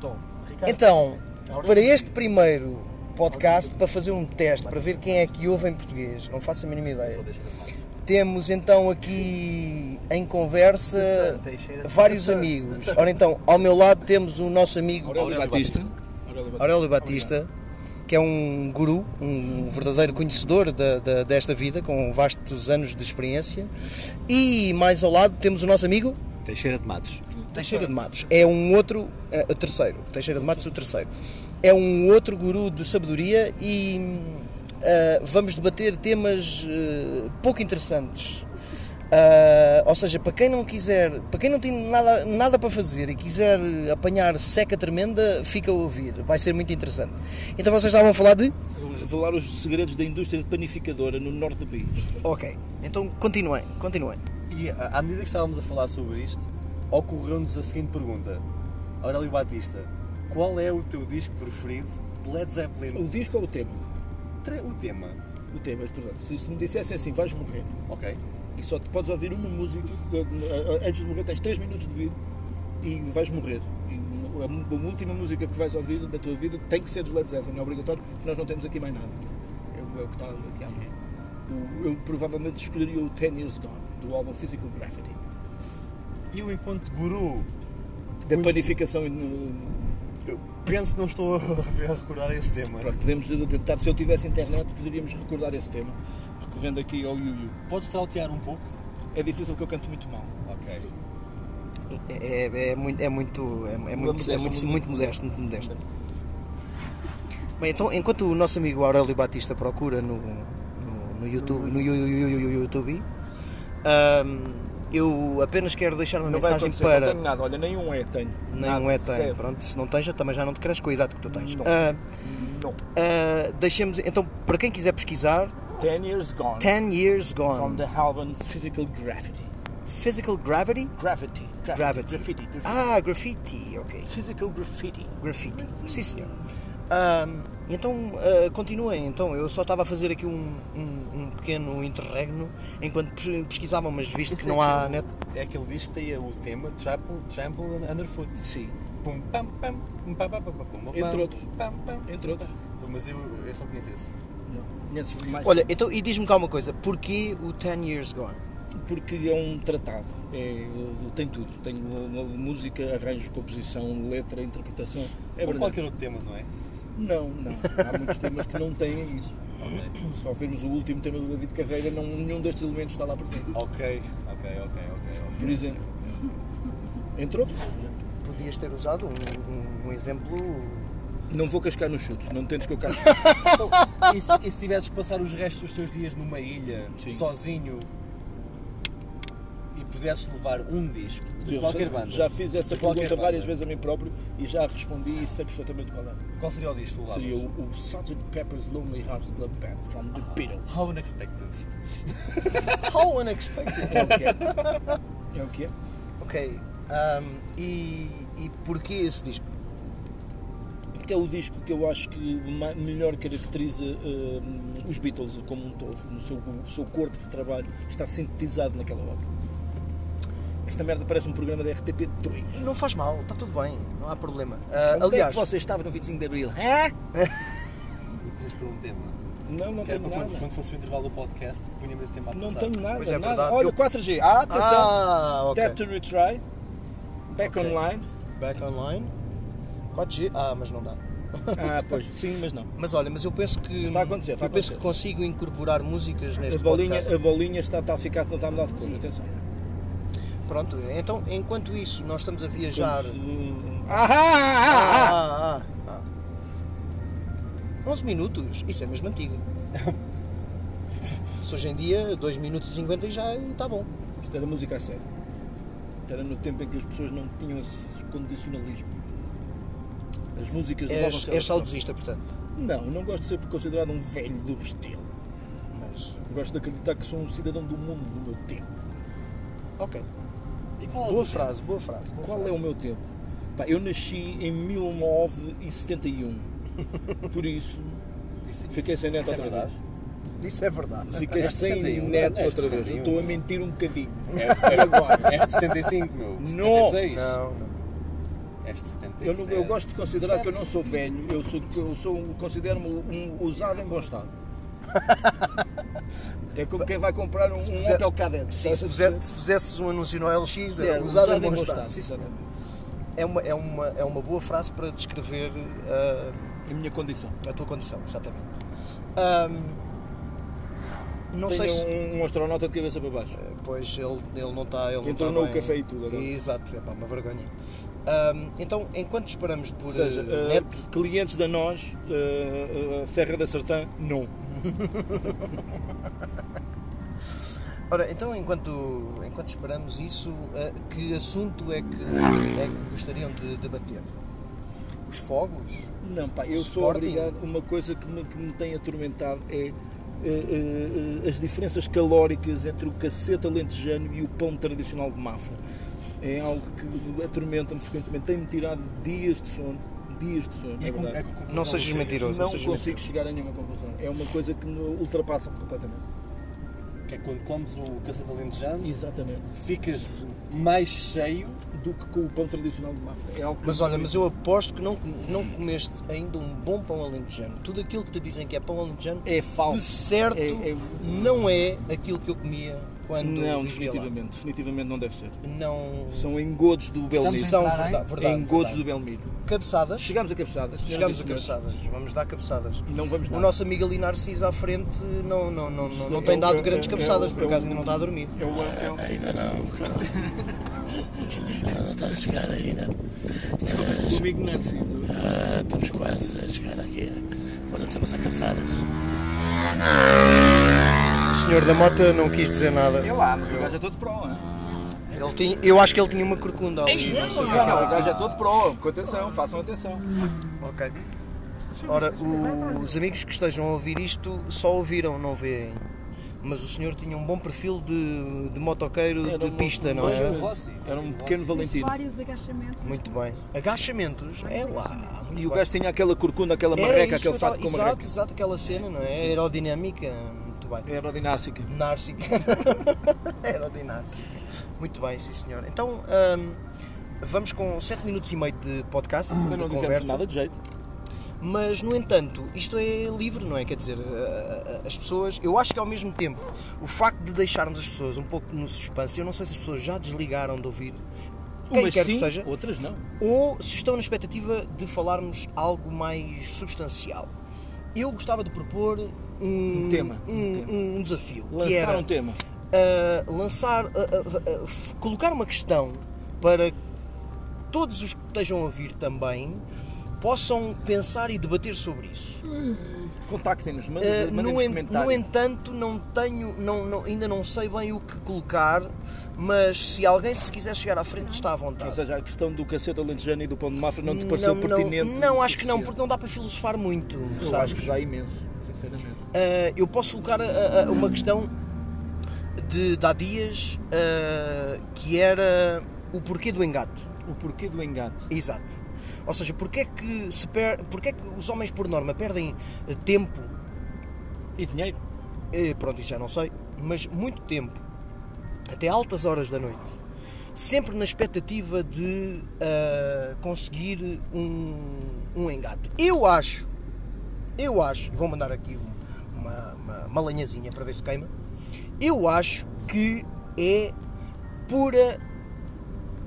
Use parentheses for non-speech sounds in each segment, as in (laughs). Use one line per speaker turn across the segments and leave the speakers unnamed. Tom. Ricardo.
Então,
Aurélio.
para este primeiro podcast, para fazer um teste, para ver quem é que ouve em português, não faço a mínima
Só
ideia,
deixa gravar.
temos então aqui em conversa
Teixeira.
vários amigos. Ora então, ao meu lado temos o nosso amigo
Aurélio Batista. Aurélio Batista.
Aurélio Batista, que é um guru, um verdadeiro conhecedor da- da- desta vida, com vastos anos de experiência. E mais ao lado temos o nosso amigo
Teixeira de Matos.
Teixeira de Matos é um outro, é, o terceiro, Teixeira de Matos é o terceiro, é um outro guru de sabedoria e hum, ah, vamos debater temas eh, pouco interessantes. Ah, ou seja, para quem não quiser, para quem não tem nada, nada para fazer e quiser apanhar seca tremenda, fica a ouvir, vai ser muito interessante. Então vocês estavam a falar de?
Revelar os segredos da indústria de panificadora no norte do país.
Ok, então continuem, continuem.
E à à medida que estávamos a falar sobre isto, ocorreu-nos a seguinte pergunta: Aurélio Batista, qual é o teu disco preferido de Led
O
Zeppelin?
disco ou o tema?
Tra- O tema,
O tema, mas, portanto, se se me dissessem assim, vais morrer
ok?
e só te podes ouvir uma música, eh, eh, antes de morrer tens 3 minutos de vida e vais morrer. E a, mu- a última música que vais ouvir da tua vida tem que ser dos Led Zeppelin, é obrigatório, porque nós não temos aqui mais nada. É, o- é o que está aqui à minha. O- Eu provavelmente escolheria o 10 Years Gone, do álbum Physical Graffiti.
Eu, enquanto guru,
Da
Muito
panificação. eh,
eu penso que não estou a (laughs) a recordar esse tema.
Pronto, podemos tentar, se eu tivesse internet, poderíamos recordar esse tema, recorrendo aqui ao Yu Yu.
Podes trautear um pouco?
É difícil que eu canto muito mal.
Ok.
É, é- é muito, é muito, é, é muito,
modesto,
é muito,
muito
muito modesto, muito modesto. Bem, então, enquanto o nosso amigo Aurélio Batista procura no, no, no YouTube, no Yu- Yu- Yu- Yu- YouTube, ahm, eu apenas quero deixar uma
Não vai
mensagem
acontecer,
para
Não tenho nada, olha, nem um é tenho.
nem
Nada,
um é tem,
zero.
pronto, se não tens, já também já não te queres com a idade que tu tens.
Não.
Ah,
Não.
ah, deixemos, então, para quem quiser pesquisar,
Ten years gone.
10 Years
From
Gone,
the album Physical Graffiti.
Physical Gravity?
Gravity.
Gravity.
Graffiti. graffiti.
Ah, Graffiti, ok.
Physical Graffiti.
Graffiti. Sim, senhor. Ahm, então, ah, continuem. Então, eu só estava a fazer aqui um, um- um pequeno interregno enquanto pes- pesquisavam, mas visto
Esse
que não há
aquele-
net.
É aquele disco que tem o tema Trample, Trample and Underfoot.
Sim.
Pum, pam, pam, pum, pam, pam, pam, pam, pam,
Entre
pam,
outros. É
Pam, pam.
Entre outros.
Mas eu, eu só conheço esse.
Não. Conheces mais?
Olha, então, e diz-me cá uma coisa: porquê o 10 Years Gone?
Porque é um tratado. É, tem tudo. Tem uh, música, arranjo, composição, letra, interpretação. É
Ou
verdade.
qualquer outro tema, não é?
Não, não. Há muitos temas que não têm isso. Se ouvirmos o último tema do David Carreira, não, nenhum destes elementos está lá presente.
Ok, ok, ok, ok. ok.
Por exemplo. Entre outros.
Podias ter usado um, um- um exemplo.
Não vou cascar nos chutes, não tentes que eu casque.
Então, e, se, e se tivesses que passar os restos dos teus dias numa ilha,
Sim.
sozinho, e pudesses levar um disco de
Eu
qualquer
já-
banda?
Já fiz essa
De qualquer
pergunta várias
banda.
vezes a mim próprio e já respondi e sei perfeitamente qual é.
Qual seria o disco? que
Seria
levavas?
o, o Sgt. Pepper's Lonely Hearts Club Band from the Beatles.
How Unexpected.
How unexpected!
É o que é. É o que é.
ok. ahm, e, e porquê esse disco?
Porque é o disco que eu acho que ma- melhor caracteriza hum, os Beatles como um todo. No seu, o seu corpo de trabalho está sintetizado naquela obra. Esta merda parece um programa da RTP2.
Não faz mal, está tudo bem, não há problema. Ah,
Onde
aliás,
é que você estava no 25 de Abril?
Hã?
Me podias pôr um tema.
Não, não
Que
é
tenho
era para quando,
nada.
quando fosse o intervalo do podcast, punhamos esse tema a
Não
passar.
tenho nada.
Pois é,
nada.
verdade.
Olha,
Eu-
4G. Ah, atenção!
Ah, ok.
Tap to retry. Back
Ok. (laughs)
online.
Back online. 4G. Ah, mas não dá.
Ah, pois, sim, mas não.
Mas olha, mas eu penso que.
Está a acontecer, está
eu
a
penso
acontecer.
que consigo incorporar músicas neste
a, bolinha,
podcast.
a bolinha está, está a ficar, não está a mudar de cor, atenção.
Pronto, então enquanto isso nós estamos a viajar.
Estamos, uh, Ah, ah, ah, ah.
Ah, ah, ah. 11 minutos, isso é mesmo antigo. Se hoje em dia 2 minutos e 50 e já está bom.
Isto era música a sério. Isto Era no tempo em que as pessoas não tinham esse condicionalismo. As
É,
músicas
És,
levavam-se
és
elas
saudosista, portanto.
próprias. Não, não gosto de ser considerado um velho do estilo.
Mas.
Gosto de acreditar que sou um cidadão do mundo do meu tempo.
Ok.
E qual
Boa
é o
frase, boa frase. boa
Qual
frase.
é o meu tempo? Pá, eu nasci em 1971. Por isso,
teu- Isso-
Fiquei
isso-
sem net
isso é
outra
verdade.
Isso é verdade.
Fiquei
(laughs) É
sem
71,
neto
é
outra vez.
71.
Estou a um mentir um bocadinho.
É, é, é de 75, meu.
Não.
76.
Não, não.
Este 77.
Eu, não- eu gosto de considerar que eu não sou velho, eu sou, eu sou um- considero-me um usado em bom estado. É como quem vai comprar um, um
puser-
Opel Kadett.
Sim, se, puser, se pusesses um anúncio no LX,
É,
era usado em bom estado. Sim, senhor.
exatamente.
É uma, é, uma, é uma boa frase para descrever ah,
A minha condição.
a tua condição, exatamente. Ahm, não
Tenho
sei se.
um, um astronauta de cabeça para baixo.
Pois ele, ele não está. Ele
Entrou
não
no
está bem.
Então café e tudo agora.
Exato, é pá, uma vergonha. Ahm, então, enquanto esperamos por
Ou seja,
eh,
eh,
net,
clientes da nós, eh, eh, Serra da Sertã, não.
ora, então enquanto, enquanto esperamos isso, eh, que assunto é que, é que gostariam de debater? Os fogos?
Não, pá, eu sou
Sporting?
obrigado. Uma coisa que me, que me tem atormentado é eh, eh, eh, as diferenças calóricas entre o cacete alentejano e o pão tradicional de Mafra. É algo que atormenta-me frequentemente. Tem-me tirado dias de sono. Dias de sono, é
E com- é
verdade.
com- com-
Não sejas
com-
mentiroso,
Não
sejas
consigo chegar a nenhuma conclusão. É uma coisa que me ultrapassa completamente.
Que é quando comes o cacete alentejano,
Exatamente.
ficas mais cheio.
Do que com o pão tradicional de Mafra. É algo que
Mas
me-
olha, mas eu aposto que não, não comeste ainda um bom pão alentejano. Tudo aquilo que te dizem que é pão alentejano,
é falso.
de certo,
É- é-
não é aquilo que eu comia quando
Não,
vivia lá.
definitivamente. Definitivamente não deve ser.
Não
São engodos do Belmiro.
Estamos
são
entrar,
verdade,
hein?
verdade, é
engodos
verdade.
do Belmiro.
Cabeçadas.
Chegámos a cabeçadas.
Chegamos a
senhoras e senhores.
cabeçadas, vamos dar cabeçadas.
Não vamos
O
dar.
nosso amigo ali Narciso à frente não, não, não, não, não tem
Eu-
dado
eu-
grandes
eu-
cabeçadas,
eu-
por acaso ainda não está a dormir.
É o- é o-
Ainda não, caralho. Ainda não estamos a chegar ainda.
É
o amigo Narciso.
Ah, estamos quase a chegar aqui. Quando estamos a cabeçadas.
O senhor da mota não quis dizer nada.
É lá, mas o gajo é todo pró. hein?
Ele tinha, eu acho que ele tinha uma corcunda ali. não sei o que é que
Não, o
ela-
gajo é todo pró. Com atenção, façam atenção.
Ok. Ora, o- os amigos que estejam a ouvir isto só ouviram, não veem. Mas o senhor tinha um bom perfil de, de motoqueiro
Era
de
um-
pista, não
dois
é?
vezes. Era um pequeno Valentino.
Vários agachamentos.
Muito bem. Agachamentos? É lá. muito
E o
bem.
gajo tinha aquela corcunda, aquela
Era
marreca,
isso que eu
aquele fato com
tava- Exato,
marreca. É
exato, aquela cena, não é? Aerodinâmica, muito bem.
Aerodinástica.
Hum, Nárcica. (laughs) Aerodinâmica. Muito bem, sim senhor. Então, hum, vamos com 7 minutos e meio de podcast,
Ainda
de
não dissemos
conversa.
nada de jeito.
Mas, no entanto, isto é livre, não é? Quer dizer, a- a- as pessoas. Eu acho que ao mesmo tempo, o facto de deixarmos as pessoas um pouco no suspense, eu não sei se as pessoas já desligaram de ouvir. Quem
Umas
quer
sim,
que seja,
outras não.
ou se estão na expectativa de falarmos algo mais substancial. Eu gostava de propor um,
Um tema,
um,
um tema.
um desafio, que
Lançaram
era
um tema.
ah, lançar, ah, ah, ah, f- colocar uma questão para que todos os que estejam a ouvir também possam pensar e debater sobre isso.
Contactem-nos,
Uh,
mandem-
no,
mandem-nos
en- no
Hum. comentários.
entanto, não tenho, não, não- ainda não sei bem o que colocar, mas se alguém se quiser chegar à frente está à vontade.
Ou seja, a questão do cacete alentejano e do pão de Mafra é, não te pareceu
não,
pertinente?
Não, não, acho que não,
suficiente?
porque não dá para filosofar muito,
Eu
sabes?
acho que dá imenso, sinceramente.
Ah, eu posso colocar ah, ah, uma questão de, de há dias ah, que era o porquê do engate.
O porquê do engate?
Exato. Ou seja, porquê é que, se per... porquê é que os homens, por norma, perdem eh, tempo,
E dinheiro?
eh, pronto, isso já não sei, mas muito tempo, até altas horas da noite, sempre na expectativa de ah, conseguir um, um engate. Eu acho, eu acho, e vou mandar aqui um- uma, uma, uma lenhazinha para ver se queima, eu acho que é pura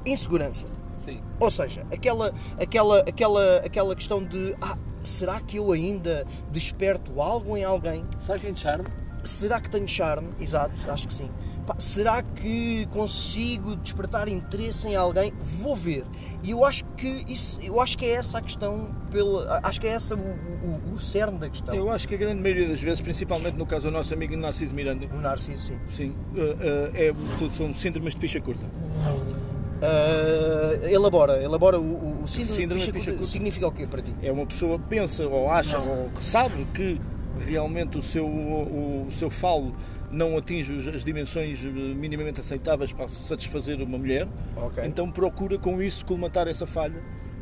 insegurança.
Sim.
Ou seja, aquela, aquela, aquela, aquela questão de ah, será que eu ainda desperto algo em alguém?
Sabe quem te charme?
Será que tenho charme? Exato, acho que sim. Pá, será que consigo despertar interesse em alguém? Vou ver. E eu acho que isso, eu acho que é essa a questão pela, acho que é essa o, o, o- o cerne da questão.
Eu acho que a grande maioria das vezes, principalmente no caso do nosso amigo Narciso Miranda,
O narciso, sim.
sim, eh, eh, é, tudo- são síndromes de picha curta.
Ah, elabora, elabora o, o, o síndrome,
Síndrome de
de
Pichacuta.
Pichacuta significa o quê para ti?
É uma pessoa que pensa ou acha ou que sabe que realmente o seu, o, o seu falo não atinge os- as dimensões eh, minimamente aceitáveis para satisfazer uma mulher,
Ok.
então procura com isso colmatar essa falha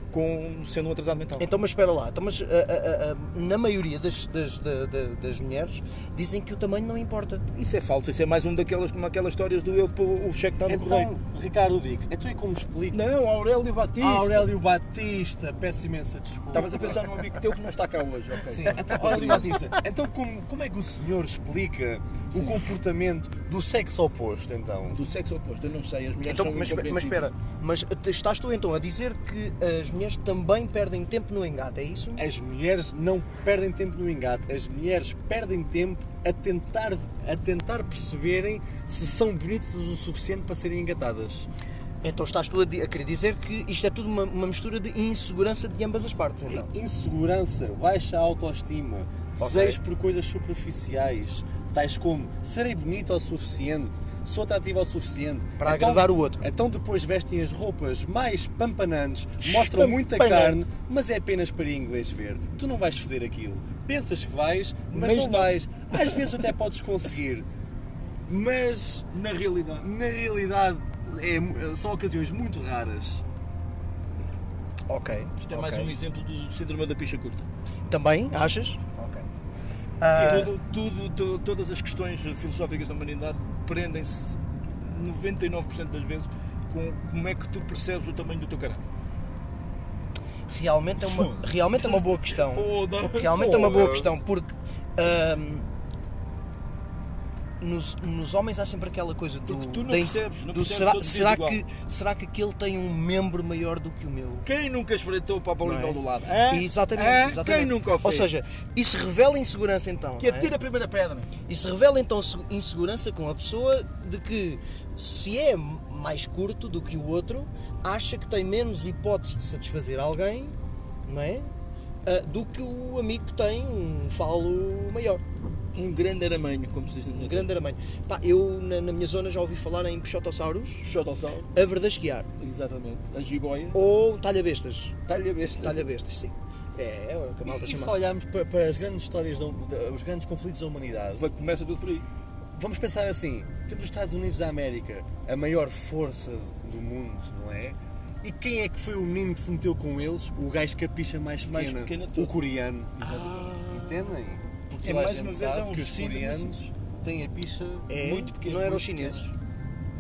com, sendo um atrasado mental.
Então, mas espera lá, então, mas, ah, ah, ah, na maioria das, das, da- da- das mulheres dizem que o tamanho não importa.
Isso é falso, isso é mais um daquelas, como aquelas histórias do ele pô- o cheque está no
É
correio.
Então, Ricardo Dick, é tu aí como explico?
Não, Aurélio Batista.
Aurélio Batista, peço imensa desculpa.
Estavas a pensar num amigo teu que não está cá hoje, ok? é
Sim, então, Aurélio Batista, então como, como é que o senhor explica o comportamento do sexo oposto, então?
Do sexo oposto, eu não sei, as mulheres
Então,
são
mas, mas espera, mas te- estás tu então a dizer que as mulheres também perdem tempo no engate, é isso?
As mulheres não perdem tempo no engate, as mulheres perdem tempo a tentar, a tentar perceberem se são bonitas o suficiente para serem engatadas.
Então estás tu a, di- a querer dizer que isto é tudo uma, uma mistura de insegurança de ambas as partes, então?
Insegurança, baixa autoestima, desejo por coisas superficiais, tais como serei bonita o suficiente, sou atrativa o suficiente
Para agradar o outro.
Então depois vestem as roupas mais pampanantes, mostram muita
Pampanante.
carne, mas é apenas para inglês ver. Tu não vais fazer aquilo. Pensas que vais, mas,
Mas
não,
não.
vais. Às vezes até podes conseguir, mas
Na realidade.
na realidade é mu- são ocasiões muito raras.
Ok.
Isto é
ok.
mais um exemplo do síndrome da picha curta.
Também, achas? Ok. Ah.
E tudo, tudo- to- todas as questões filosóficas da humanidade prendem-se 99% das vezes com como é que tu percebes o tamanho do teu caráter.
Realmente
(laughs)
é uma, realmente é uma boa questão.
Foda-se.
Realmente é uma boa questão, porque ahm, nos, nos homens há sempre aquela coisa do.
Porque tu não
da in-
percebes, não
do
percebes
será,
todos
será,
igual.
que, será que aquele tem um membro maior do que o meu?
Quem nunca espreitou para a bola
Não é?
do lado? Hã?
Exatamente,
Hã?
exatamente.
é, Quem nunca o fez?
Ou seja, isso revela insegurança então.
que
não é?
atira a primeira pedra.
Isso revela então se- insegurança com a pessoa de que se é mais curto do que o outro, acha que tem menos hipótese de satisfazer alguém, não é? Ah, do que o amigo que tem um falo maior,
Um grande aramanho, como se diz na
um
minha
grande aramanho. Pá, eu na, na minha zona já ouvi falar em peixotossauros
Xodossauro,
a verdasquear,
exatamente. A jiboia.
ou talha-bestas.
Talha-besta.
Talha-bestas, sim. É, é o que a malta
E se
chama.
olharmos para, para as grandes histórias, da, da- os grandes conflitos da humanidade,
Começa tudo por aí.
vamos pensar assim: temos os Estados Unidos da América, a maior força do mundo, não é? E quem é que foi o menino que se meteu com eles? O gajo capicha mais
Mais
pequena,
pequena de
o
todos. Ah.
coreano. Entendem? Porque
É
toda a
mais
gente
uma vez,
sabe
é um
que os
síndrome,
coreanos têm a picha
É,
muito pequena.
não eram
muito
os chineses.
pequena.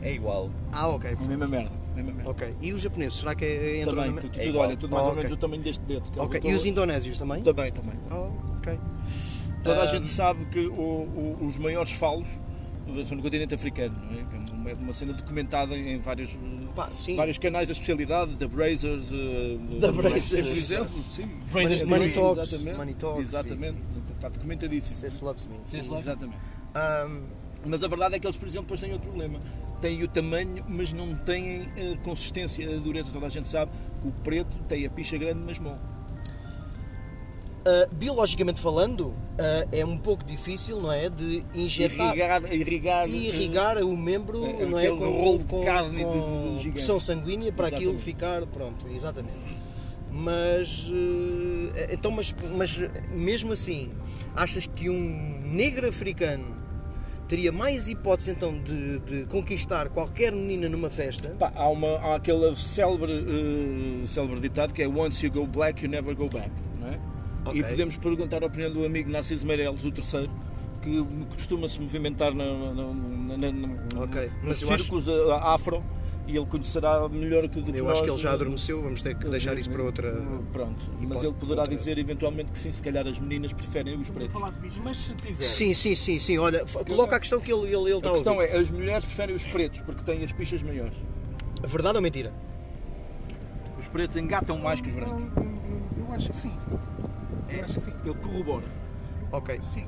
É igual.
Ah, ok.
A mesma merda. a Mesma merda.
Ok. E os japoneses, será que é- entram
Também,
na...
tu, tu,
é
tudo,
igual.
olha, tudo mais
Ah,
ou menos
ok.
do tamanho deste dedo. que é o
Ok.
que eu
E
tô-
os indonésios também?
Também, também.
ok.
Toda a
Ahm.
gente sabe que o- o- os maiores falos são no continente africano, não é? Que é uma- É uma cena documentada em vários, eh,
Pá, sim.
vários canais da especialidade, da Brazers, eh,
Da
do-
Brazers.
por exemplo, sim.
Brazers
Exatamente,
Money Talks,
Exatamente,
Money Talks,
exatamente está documentadíssimo.
This loves me. Uhum. Um,
Exatamente.
Ahm,
Mas a verdade é que eles, por exemplo, depois têm outro problema. Têm o tamanho, mas não têm a consistência, a dureza. Toda a gente sabe que o preto tem a picha grande, mas mole.
ah, biologicamente falando, ah, é um pouco difícil, não é? De injetar
Irrigar, irrigar,
e irrigar o membro,
É,
não é?
aquele rolo de carne de- de gigante.
pressão sanguínea para aquilo
Exatamente.
ficar. Pronto, exatamente. Mas. ah, então, mas, mas mesmo assim, achas que um negro africano teria mais hipótese então de, de conquistar qualquer menina numa festa?
Eh, Pá, há, uma, há aquele célebre, eh, célebre ditado que é Once you go black, you never go back. Não é?
Ok.
E podemos perguntar a opinião do amigo Narciso Meireles, o terceiro, que costuma se movimentar na, na, na- na-
Ok,
nos
mas eu acho-
círculos ah, afro e ele conhecerá melhor que eh, o de
Eu acho que ele já adormeceu, vamos ter que deixar isso para outra.
Pronto, mas
hipótese,
ele poderá
outra-
dizer eventualmente que sim, se calhar as meninas preferem os pretos.
Mas se tiver.
Sim, sim, sim, sim. Olha, f- coloca a questão que ele, ele, ele está
A
a
questão
ouvir.
é, as mulheres preferem os pretos porque têm as pichas maiores. é-
Verdade ou mentira?
Os pretos engatam mais que os brancos. É
Eu, eu acho que sim. Eu acho que sim.
Ele corrobora.
Ok.
Sim.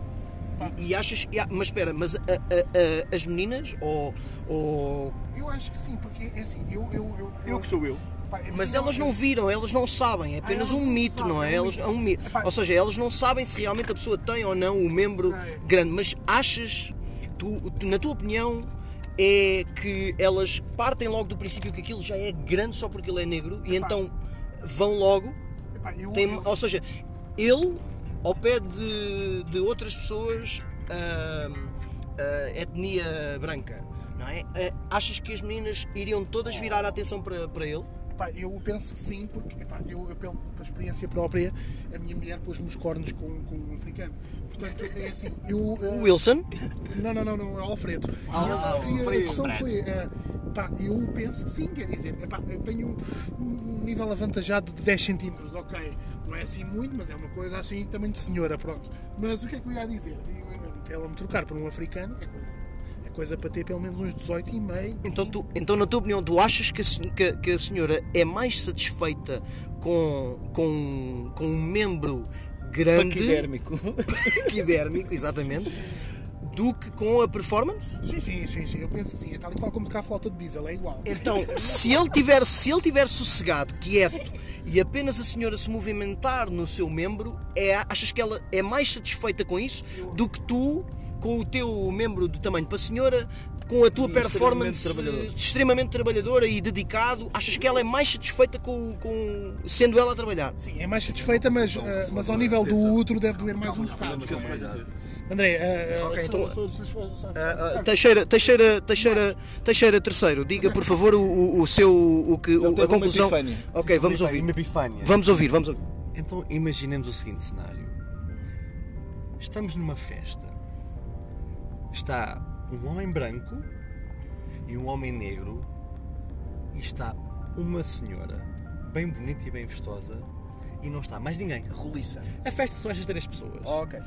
E achas. e há- mas espera, mas a- a- a- as meninas ou. ou-
Eu acho que sim, porque é assim, eu. Eu, eu,
Eu que sou eu.
Pá, é
mas
porque
elas não viram, elas não sabem, é apenas
elas
um
não
mito,
sabem,
não é?
é um
Elas,
mito.
é um mito.
Epá.
Ou seja, elas não sabem se realmente a pessoa tem ou não o membro
É.
grande, mas achas, tu, tu- na tua opinião, é que elas partem logo do princípio que aquilo já é grande só porque ele é negro e então vão logo
Epá, eu,
Tem-
eu-
ou seja, ele, ao pé de, de outras pessoas, ahm, ah, etnia branca, não é? Ah, achas que as meninas iriam todas virar a atenção para, para ele?
Epá, eu penso que sim, porque epá, eu, eu pela pela experiência própria, a minha mulher pôs-me os cornos com, com um africano. Portanto, é assim, eu.
(laughs) O
eh,
Wilson,
Não, não, não, não, é o Alfredo. e, a- e a questão foi, eh, pá, eu penso que sim, quer dizer, epá, eu tenho um nível avantajado de 10 centímetros, ok, não é assim muito, mas é uma coisa assim também de senhora, pronto. Mas o que é que eu ia dizer? Eu, eu, para ela me trocar por um africano é coisa, é coisa para ter pelo menos uns 18 e meio.
então, tu, então na tua opinião, tu achas que a, sen- que, a- que a senhora é mais satisfeita com, com, com um membro grande,
Paquidérmico.
(laughs) paquidérmico, exatamente, do que com a performance?
Sim, sim, sim, sim, eu penso assim, é tal e qual como tocar a flauta de bisel, é igual.
Então, se ele tiver, se ele tiver sossegado, quieto e apenas a senhora se movimentar no seu membro, é, achas que ela é mais satisfeita com isso do que tu com o teu membro de tamanho para a senhora, com a tua
E
performance
extremamente trabalhador.
eh, extremamente trabalhadora e dedicado, achas que ela é mais satisfeita com, com sendo ela a trabalhar?
Sim, é mais satisfeita, mas, eh, mas ao nível do útero deve doer mais um bocado. André, eh, eh,
então-
sou- sou- sou- sou-
Ah, ah, Teixeira, Teixeira, Teixeira, Teixeira terceiro, diga por favor o, o- o seu o que o-
teve
a
uma
conclusão.
epifânia.
Ok, vamos ouvir.
Uma epifânia.
Vamos ouvir, vamos ouvir.
Então imaginemos o seguinte cenário: estamos numa festa, está um homem branco e um homem negro, e está uma senhora bem bonita e bem vestosa, e não está mais ninguém.
Roliça. Oh.
A festa são estas três pessoas.
Ok.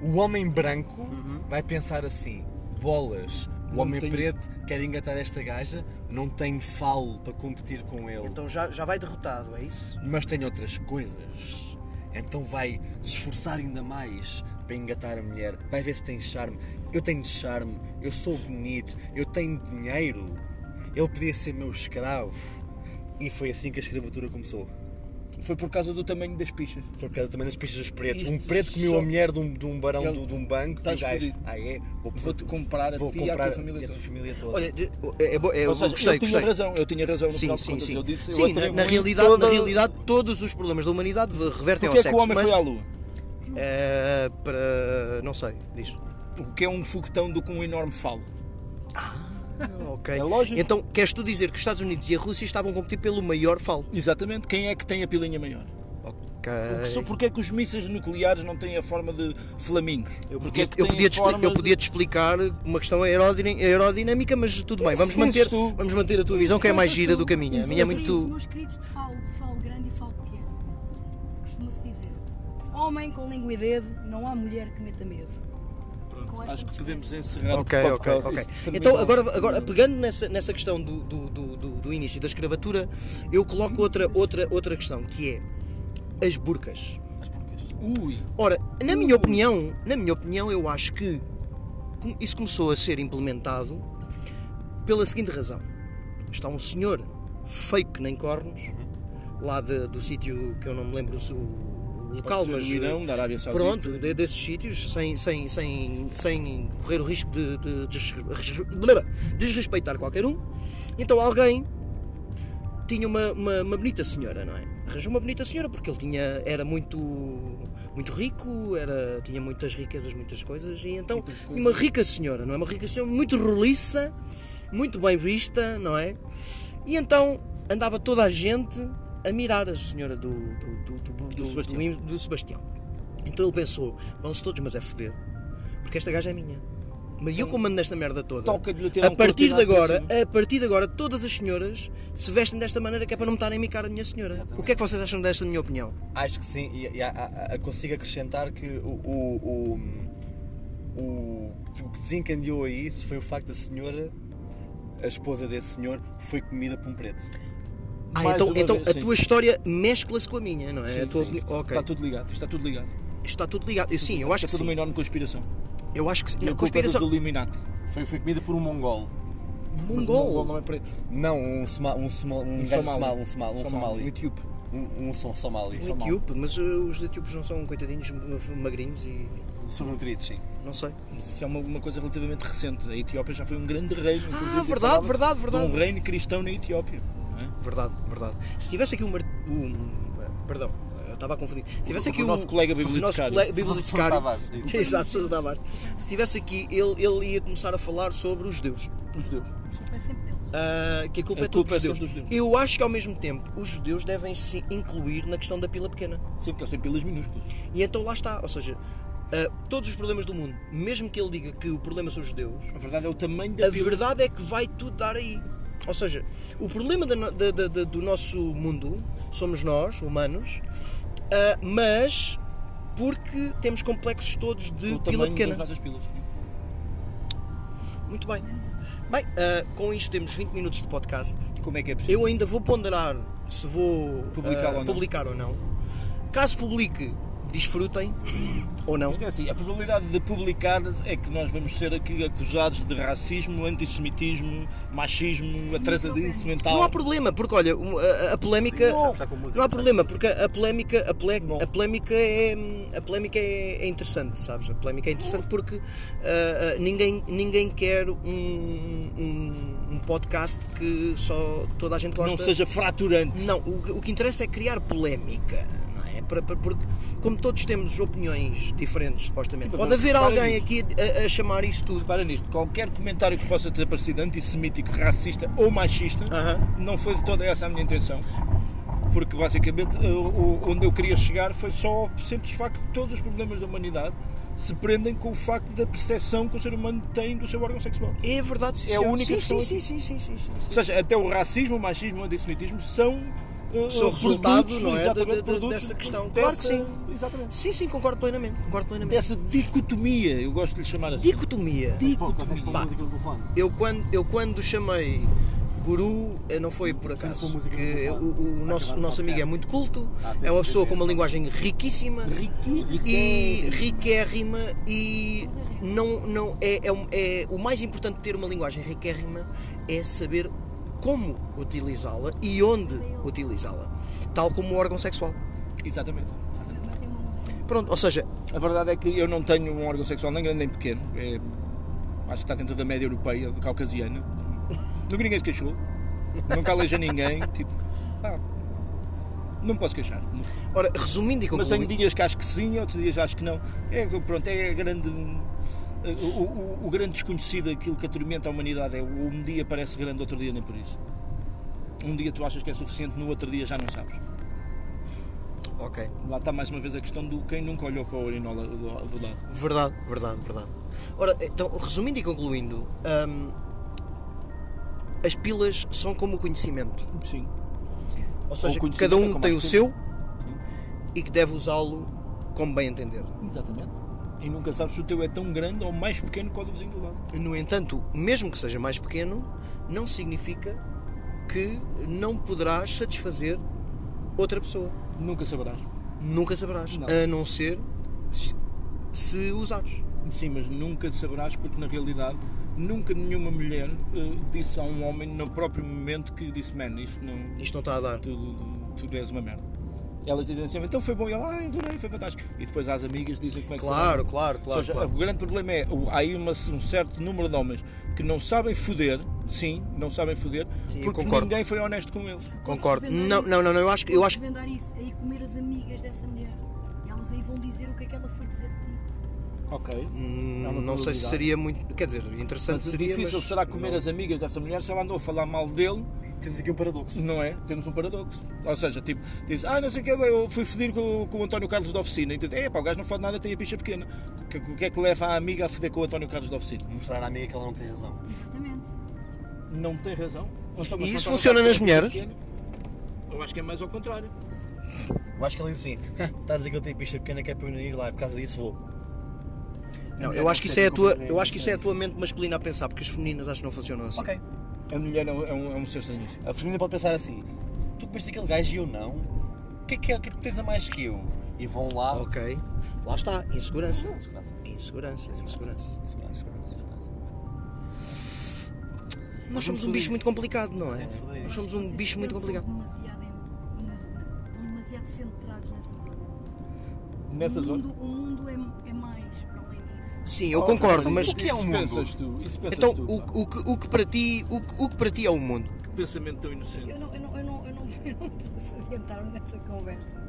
O homem branco vai pensar assim: bolas, o homem preto quer engatar esta gaja, não tem falo para competir com ele
Então já, já vai derrotado, é isso?
mas tem outras coisas. Então vai se esforçar ainda mais para engatar a mulher. Vai ver se tem charme. Eu tenho charme, eu sou bonito, eu tenho dinheiro. Ele podia ser meu escravo. E foi assim que a escravatura começou.
Foi por causa do tamanho das pichas.
Foi por causa também das pistas dos pretos.
Isto
um preto comeu
só-
a mulher de um, de um barão
Ele-
do- de um banco e o
Estás
gajo.
fodido.
Ah, é? Vou,
Vou-te comprar a
vou
ti e à tua
comprar
família
e a tua
toda."
família toda.
Olha, de- é, bo- é,
Ou seja,
eu gostei,
eu tinha
gostei.
razão, eu tinha razão no
Sim,
final de
sim,
contas.
sim.
Eu disse, eu
sim na,
atribuí
na realidade,
toda-
na realidade, todos os problemas da humanidade revertem
Porquê é
ao
que
sexo.
o homem
mas,
foi à lua?
eh, para. não sei, diz.
Porque é um foguetão do com um enorme falo.
Ok.
É lógico.
Então, queres tu dizer que os Estados Unidos e a Rússia estavam a competir pelo maior falo?
Exatamente. Quem é que tem a pilinha maior?
Ok.
Só Porquê é que os mísseis nucleares não têm a forma de flamingos? é
Porque eu podia, te, expli- eu podia te explicar uma questão aerodin- aerodinâmica, mas tudo bem, vamos
Isso dizes
manter,
tu.
vamos manter a tua visão, que é mais gira do que a minha. A minha é
Os
muito.
meus queridos de falo, falo grande e falo pequeno. Costuma-se dizer: homem com língua e dedo, não há mulher que meta medo. Com esta
Acho que
expressão.
podemos encerrar
Ok,
o
ok,
podcast.
ok.
Isto
Então,
terminou.
agora, agora pegando nessa, nessa questão do, do, do, do- do início da escravatura, eu coloco outra, outra, outra questão, que é as burcas.
Ui,
Ora, na minha opinião, na minha opinião, eu acho que com- isso começou a ser implementado pela seguinte razão. Está um senhor feio que nem cornos,
Uhum.
lá de- do sítio que eu não me lembro o, o local,
ser um
mas
do Irão, da Arábia Saudita.
pronto, de- desses sítios, sem, sem, sem, sem correr o risco de, de des- blá, desrespeitar qualquer um. Então alguém tinha uma, uma, uma bonita senhora, não é? Arranjou uma bonita senhora porque ele tinha, era muito, muito rico, era, tinha muitas riquezas, muitas coisas, e então tinha uma rica senhora, não é? Uma rica senhora muito roliça, muito bem vista, não é? E então andava toda a gente a mirar a senhora do, do, do, do, do-
Sebastião.
do- do Sebastião. Então ele pensou, vão-se todos, mas é foder, porque esta gaja é minha. Mas eu comando nesta merda toda.
Então, Toca-lhe tirar
A
um
partir de
cortinado para
agora,
cima.
a partir de agora, todas as senhoras se vestem desta maneira que é para não me estarem a micar a minha senhora. O que é que vocês acham desta minha opinião?
Acho que sim, e, e a- a- a- consigo acrescentar que o, o, o, o- o que desencadeou a isso foi o facto da senhora, a esposa desse senhor, foi comida por um preto.
Ah,
Mais
então,
uma
então
vez,
a
sim.
tua história mescla-se com a minha, não é? a tua opini- ok.
Está tudo ligado, está tudo ligado.
Está tudo ligado. Sim, eu
é
acho que
tudo uma
sim.
enorme conspiração.
Eu acho que sim.
E
Não,
a culpa é dos
conspiração.
Illuminati.
Foi, foi comida por um mongol.
Mas o
Mongol.
não é preto.
Não, um soma, um soma, um, gajo somali, um somali, um
Um
somali,
etíope.
um, um som- somali,
Um etíope, mas uh, os etíopes não são coitadinhos ma- magrinhos e.
sobrenutridos, sim.
não sei.
Mas isso é uma, uma coisa relativamente recente. A Etiópia já foi um grande reino. inclusive,
Ah,
eu falava
verdade, verdade,
De um
verdade.
reino cristão na Etiópia. não
Verdade, verdade. Se tivesse aqui um. mar- um- Perdão, eu estava a confundir. Se tivesse aqui
O
um-
nosso colega
O nosso
bibliotecário.
colega bibliotecário. (laughs)
Sousa Tavares, isso.
Exato, Sousa Tavares. Se tivesse aqui, ele, ele ia começar a falar sobre os judeus.
é? Os deuses.
É sempre deles.
ah, que a culpa
A
é toda
culpa é
dos
só dos
judeus.
judeus.
Eu acho que ao mesmo tempo os judeus devem se incluir na questão da pila pequena.
Sempre que eles têm pilas minúsculas.
E então lá está, ou seja, ah, todos os problemas do mundo, mesmo que ele diga que o problema são os judeus,
A verdade é o tamanho da
a
pila.
verdade é que vai tudo dar aí. Ou seja, o problema da no- da- da- da- do nosso mundo somos nós, humanos, ah, mas porque temos complexos todos
É
de
o
pila
tamanho
pequena.
das nossas pilas.
Muito bem. Bem, ah, com isto temos 20 minutos de podcast.
Como é que é possível?
Eu ainda vou ponderar se vou
Publicar
ah,
ou não.
publicar ou não. Caso publique, desfrutem ou não.
Isto é assim, a probabilidade de publicar é que nós vamos ser aqui acusados de racismo, antissemitismo, machismo, atrasadice mental.
Não há problema, porque olha, um, a, a polémica.
Não.
Não há problema, porque a polémica, a ple- a polémica, é, a polémica é, é interessante, sabes? A polémica é interessante porque ah, ah, ninguém, ninguém quer um, um- um podcast que só toda a gente
Não
gosta.
seja fraturante.
Não, o, que- o que interessa é criar polémica, não é? Para- para- porque, como todos temos opiniões diferentes, supostamente,
Sim, mas
pode
não-
haver
repara
alguém aqui a, a chamar isso tudo.
Repara nisto, qualquer comentário que possa ter parecido antissemítico, racista ou machista,
Aham.
não foi de toda essa a minha intenção. Porque basicamente eu- o- onde eu queria chegar foi só ao simples facto de todos os problemas da humanidade se prendem com o facto da percepção que o ser humano tem do seu órgão sexual.
É verdade, sim,
É a
senhor.
única
sim, sim,
questão
sim, sim, sim, sim, sim, sim.
Ou seja, até o racismo, o machismo, o antissemitismo são. eh,
São
eh,
resultado,
produtos,
não é,
exatamente,
de- de- de-
produtos
dessa questão. Claro que sim.
Exatamente.
Sim, sim, concordo plenamente, concordo plenamente.
Dessa dicotomia, eu gosto de lhe chamar assim.
Dicotomia.
Pô, consegues pôr
Bah.
música no telefone?
Eu quando, eu quando chamei guru, eh, não foi por
com
acaso,
música no
que
telefone.
o, o
Vai
nosso,
acabar
o
o
nosso
podcast.
amigo é muito culto,
Ah, tem
é uma
que
pessoa
ver
com uma
isso.
linguagem riquíssima e riquérrima e não, não, é, é um- é- o mais importante de ter uma linguagem riquérrima é saber como utilizá-la e onde utilizá-la, tal como o órgão sexual.
Exatamente.
Pronto, ou seja,
A verdade é que eu não tenho um órgão sexual nem grande nem pequeno. É, acho que está dentro da média europeia, caucasiana. Nunca ninguém se queixou. Nunca aleja ninguém. Tipo, pá, não posso queixar.
ora, resumindo e
Mas tenho
concluindo,
dias que acho que sim, outros dias acho que não. É, pronto, é a grande. eh, O, o- o grande desconhecido, aquilo que atormenta a humanidade é um dia parece grande, outro dia nem por isso. Um dia tu achas que é suficiente, no outro dia já não sabes.
ok,
Lá está mais uma vez a questão do quem nunca olhou para a urinola do, do lado.
Verdade, verdade, verdade. Ora, então, resumindo e concluindo, hum, as pilas são como o conhecimento.
Sim.
Ou seja,
o conhecimento
cada
é
um
como
tem
as pilas.
o seu e que deve usá-lo como bem entender.
Exatamente. E nunca sabes se o teu é tão grande ou mais pequeno que o do vizinho do lado.
No entanto, mesmo que seja mais pequeno, não significa que não poderás satisfazer outra pessoa.
Nunca saberás.
Nunca saberás.
Não.
A não ser se, se usares.
Sim, mas nunca saberás porque na realidade nunca nenhuma mulher eh, disse a um homem no próprio momento que disse, man, isto não.
Isto não está a dar.
Tu, tu és uma merda. Elas dizem sempre, então foi bom, e ela, ah, adorei, foi fantástico. E depois às amigas dizem como é que foi.
Claro, claro,
Ou
claro,
seja,
claro.
O grande problema é, o- há aí uma- um certo número de homens que não sabem foder, sim, não sabem foder,
Sim, eu
porque
concordo.
ninguém foi honesto com eles.
Concordo. Não, não, não, não, eu acho que eu acho que
Vendar isso, aí comer as amigas dessa mulher. Elas aí vão dizer o que é que ela foi dizer de ti.
Ok.
Hum,
É uma
não sei se
probabilidade.
seria muito. Quer dizer, interessante
Mas o
seria.
difícil
mas
será comer as amigas dessa mulher se ela andou a falar mal dele,
Temos aqui um paradoxo.
não é? Temos um paradoxo. Ou seja, tipo, diz, ah, não sei o que, eu fui foder com, com o António Carlos da oficina. E diz, é, pá, o gajo não fode nada, tem a picha pequena. O que, o que é que leva a amiga a foder com o António Carlos da oficina?
Mostrar à amiga que ela não tem razão.
Exatamente.
Não tem razão. Então, mas
E isso
o António
funciona
Carlos
nas
tem a picha
mulheres?
pequena? Eu acho que é mais ao contrário.
Eu acho que ela diz assim: (laughs) "Ah, estás a dizer que eu tenho pista pequena que é para eu não ir lá, por causa disso vou.
Não, eu acho que isso é a tua. Eu acho que isso é a tua mente masculina a pensar, porque as femininas acho que não funcionam assim.
Ok.
A mulher é um, é um, é um ser estranhíssimo.
A feminina pode pensar assim: tu comeste aquele gajo e eu não? O que é que, é- o que, é que tu tens a mais que eu? E vão lá.
Ok. Lá está, insegurança.
Segurança.
Insegurança, insegurança.
Segurança, segurança, segurança.
Nós somos um bicho muito complicado, não é? Nós somos um
Vocês
bicho muito
pensam
complicado.
Demasiado em- nas- na- estão demasiado centrados nessa zona.
Nessa
o
zona.
mundo, o mundo é, é mais para além disso.
Sim, eu concordo, mas.
O que é um mundo?
Isso
Pensas
pensas
tu, isso pensas
Então,
tu,
o, o que, o que para ti, o, que- o que para ti é o mundo?
Que pensamento tão inocente.
Eu não, eu não, eu não, (laughs) eu não, eu não posso adiantar-me nessa conversa.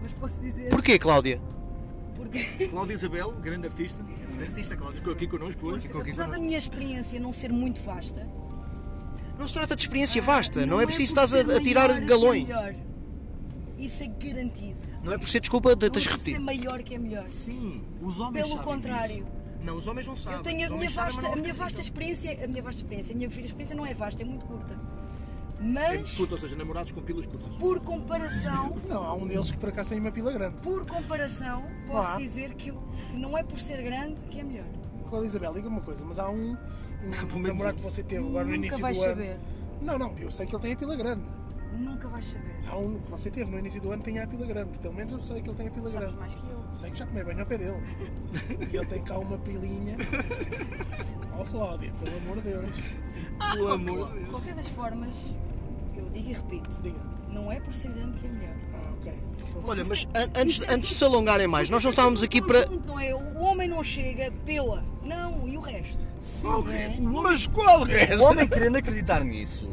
Mas posso dizer.
Porquê, Cláudia?
Porque,
Cláudia Isabel, grande artista. Grande artista, Cláudia. Ficou aqui connosco hoje.
apesar da minha experiência não ser muito vasta,
Não se trata de experiência vasta, não é preciso estás a, a tirar
é
galões.
é Isso é garantido.
Não é por ser desculpa, de-
Não
tens de
é por ser
repetir.
maior que é melhor.
Sim, os homens
Pelo
sabem
contrário.
Não, os homens não sabem.
Eu tenho
Os
a minha,
homens sabem,
vasta,
mas
a
não
minha vasta
acreditam.
experiência, a minha vasta experiência, a minha experiência não é vasta, é muito curta.
É
Mas,
curto, ou seja, namorados com pilas curtas.
por comparação,
Não, há um deles que por acaso tem uma pila grande.
por comparação, posso
Olá.
dizer que que não é por ser grande que é melhor.
Cláudia Isabel, diga-me uma coisa, mas há um, um namorado que você teve agora no
Nunca
início do
vais
ano.
saber.
Não, não, eu sei que ele tem a pila grande.
Nunca vais saber.
Há um que você teve no início do ano que tem a pila grande. Pelo menos eu sei que ele tem a pila
Sabes
grande.
mais que eu.
Sei que já tomei banho ao pé dele. E ele tem cá uma pilinha. Oh Cláudia, pelo amor de Deus.
Pelo amor de
De
Deus.
qualquer das formas, eu digo e repito,
Diga.
não é por ser grande que é melhor.
Ah, ok. Então,
Olha, mas an- antes, antes de se alongarem mais,
é
nós não estávamos aqui para.
Conjunto, não é? O homem não chega pela. Não, e o resto? Sim, não é?
Mas qual
é
resto? O homem
(laughs)
querendo acreditar nisso